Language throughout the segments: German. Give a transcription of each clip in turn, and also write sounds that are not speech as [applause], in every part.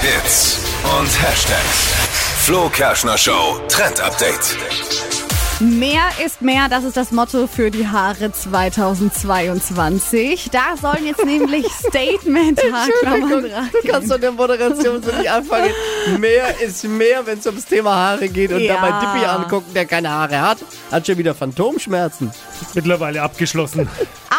Hits und Hashtags. Flo Kerschner Show Trend Update. Mehr ist mehr, das ist das Motto für die Haare 2022. Da sollen jetzt nämlich Statement-Haarklammern rein. Du kannst doch der Moderation so nicht anfangen. Mehr ist mehr, wenn es ums Thema Haare geht. Und Ja. dabei Dippy angucken, der keine Haare hat, hat schon wieder Phantomschmerzen Mittlerweile [laughs] abgeschlossen.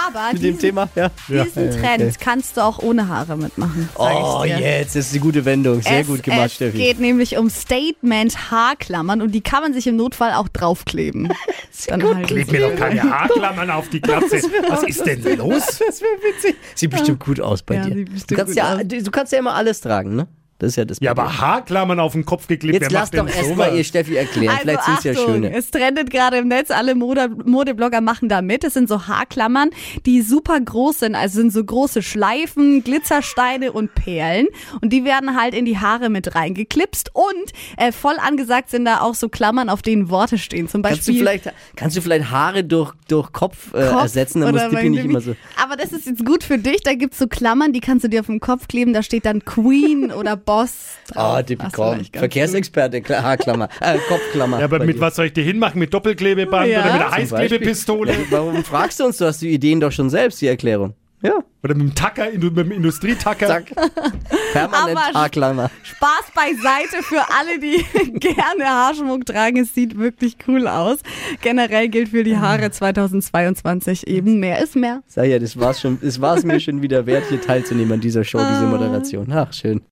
Aber mit dem diesen, Thema. Ja. diesen Trend Okay. kannst du auch ohne Haare mitmachen. sag Oh, ich dir. jetzt ist die gute Wendung. Sehr es, gut gemacht, es Steffi. geht nämlich um Statement-Haarklammern und die kann man sich im Notfall auch draufkleben. Dann halt halten Leg sie- mir doch keine Haarklammern auf die Glatze. Was ist denn los? Das wäre witzig. Sieht bestimmt gut aus bei Ja, dir. sieht Du bestimmt kannst, gut ja, aus. du kannst ja immer alles tragen, ne? Das ist ja das Ja, Problem. aber Haarklammern auf den Kopf geklebt. Jetzt wer lass doch macht denn erstmal ihr sowas? Steffi erklären. Also Vielleicht sind es ja Achtung, schöne. Es trendet gerade im Netz, alle Mode- Modeblogger machen da mit. Es sind so Haarklammern, die super groß sind. Also sind so große Schleifen, Glitzersteine und Perlen. Und die werden halt in die Haare mit reingeklipst. Und äh, voll angesagt sind da auch so Klammern, auf denen Worte stehen. Zum Kannst du, Beispiel. vielleicht, kannst du vielleicht Haare durch, durch Kopf, äh, Kopf ersetzen? Dann muss oder Dippy nicht irgendwie- immer so. Aber das ist jetzt gut für dich. Da gibt's so Klammern, die kannst du dir auf den Kopf kleben. Da steht dann Queen oder Boss. drauf. Ah, Dippy, Das komm. vielleicht ganz Verkehrsexperte, Kla- Haarklammer, äh, Kopfklammer. Ja, aber bei mit dir. was soll ich dir hinmachen? Mit Doppelklebeband Ja. oder mit einer Zum Beispiel. Heißklebepistole? Ja, [laughs] Warum fragst du uns? Du hast die Ideen doch schon selbst, die Erklärung. Ja, Oder mit dem Tacker, mit dem Industrietacker? zack. Permanent Aber- Haarklammer. Spaß beiseite für alle, die [laughs] gerne Haarschmuck tragen. Es sieht wirklich cool aus. Generell gilt für die Haare 2022 eben mehr ist mehr. [laughs] Ah. Sag ja, das war's, schon, das war's mir schon wieder wert, hier teilzunehmen an dieser Show, diese Moderation. Ach, schön.